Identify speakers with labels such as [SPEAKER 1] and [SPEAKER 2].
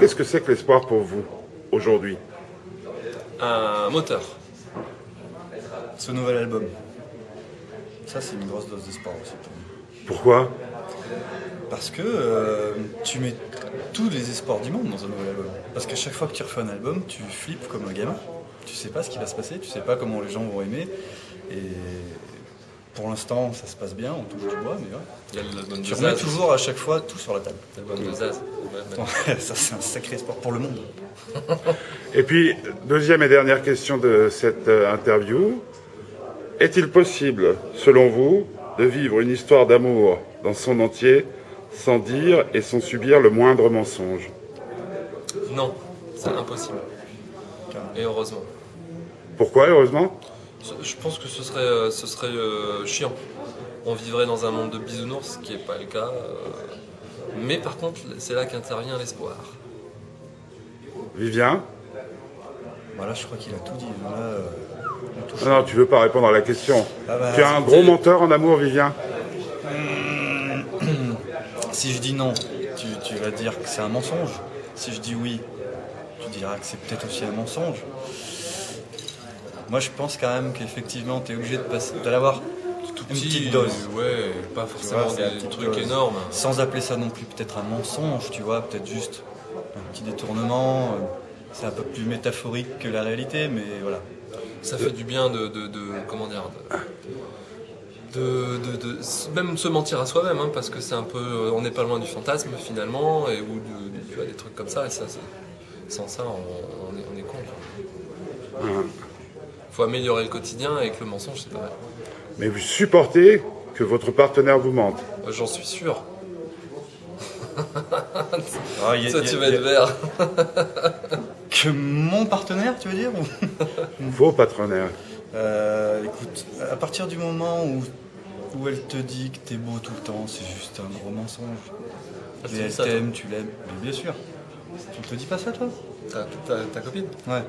[SPEAKER 1] Qu'est-ce que c'est que l'espoir pour vous aujourd'hui
[SPEAKER 2] Un moteur. Ce nouvel album. Ça, c'est une grosse dose d'espoir aussi pour nous.
[SPEAKER 1] Pourquoi
[SPEAKER 2] Parce que euh, tu mets tous les espoirs du monde dans un nouvel album. Parce qu'à chaque fois que tu refais un album, tu flippes comme un gamin. Tu sais pas ce qui va se passer, tu sais pas comment les gens vont aimer. Et pour l'instant, ça se passe bien, on touche du bois, mais ouais.
[SPEAKER 3] Il y a l'album de
[SPEAKER 2] Tu remets
[SPEAKER 3] Zaz.
[SPEAKER 2] toujours à chaque fois tout sur la table.
[SPEAKER 3] L'album de Zaz. Ouais, ouais.
[SPEAKER 2] Ça, c'est un sacré espoir pour le monde.
[SPEAKER 1] Et puis, deuxième et dernière question de cette euh, interview. Est-il possible, selon vous, de vivre une histoire d'amour dans son entier sans dire et sans subir le moindre mensonge
[SPEAKER 3] Non, c'est impossible. Et heureusement.
[SPEAKER 1] Pourquoi, heureusement
[SPEAKER 3] Ce- Je pense que ce serait, euh, ce serait euh, chiant. On vivrait dans un monde de bisounours, ce qui n'est pas le cas. euh. Mais par contre, c'est là qu'intervient l'espoir.
[SPEAKER 1] Vivien
[SPEAKER 2] Voilà, je crois qu'il a tout dit. Voilà, euh, on touche.
[SPEAKER 1] Ah Non, tu veux pas répondre à la question.
[SPEAKER 2] Ah bah,
[SPEAKER 1] tu es un
[SPEAKER 2] c'est-
[SPEAKER 1] gros menteur en amour, Vivien
[SPEAKER 2] Si je dis non, tu, tu vas dire que c'est un mensonge. Si je dis oui, tu diras que c'est peut-être aussi un mensonge. Moi, je pense quand même qu'effectivement, tu es obligé de passer, de l'avoir
[SPEAKER 3] Tout
[SPEAKER 2] Une petite dose.
[SPEAKER 3] Ouais, pas
[SPEAKER 2] tu vois,
[SPEAKER 3] forcément
[SPEAKER 2] c'est la
[SPEAKER 3] des
[SPEAKER 2] petite
[SPEAKER 3] trucs
[SPEAKER 2] dose.
[SPEAKER 3] énormes.
[SPEAKER 2] Sans appeler ça non plus peut-être un mensonge, tu vois, peut-être juste un petit détournement. euh, C'est un peu plus métaphorique que la réalité, mais voilà.
[SPEAKER 3] Ça fait du bien de. de, de- comment dire de, de, de- de- s- Même se mentir à soi-même, hein, parce que c'est un peu. euh, On n'est pas loin du fantasme finalement, et, ou de- de- tu vois, des trucs comme ça. Et ça c'est- sans ça, on, on est, on est con. Il
[SPEAKER 1] Hein.
[SPEAKER 3] faut améliorer le quotidien, et que le mensonge, c'est pas mal.
[SPEAKER 1] Mais vous supportez que votre partenaire vous mente.
[SPEAKER 3] Euh, J'en suis sûr.
[SPEAKER 2] Ah, il y a-
[SPEAKER 3] Ça,
[SPEAKER 2] il y a-
[SPEAKER 3] tu vas
[SPEAKER 2] il y
[SPEAKER 3] être
[SPEAKER 2] a-
[SPEAKER 3] vert.
[SPEAKER 2] Que mon partenaire, tu veux dire ou- Mm.
[SPEAKER 1] Vos partenaires.
[SPEAKER 2] Euh, écoute, à partir du moment où, où elle te dit que t'es beau tout le temps, c'est juste un gros mensonge.
[SPEAKER 3] Ah,
[SPEAKER 2] Et
[SPEAKER 3] c'est
[SPEAKER 2] elle
[SPEAKER 3] ça, toi.
[SPEAKER 2] t'aime, tu l'aimes. Mais bien sûr. On te dit pas ça, toi
[SPEAKER 3] Ta, ta- ta copine
[SPEAKER 2] Ouais.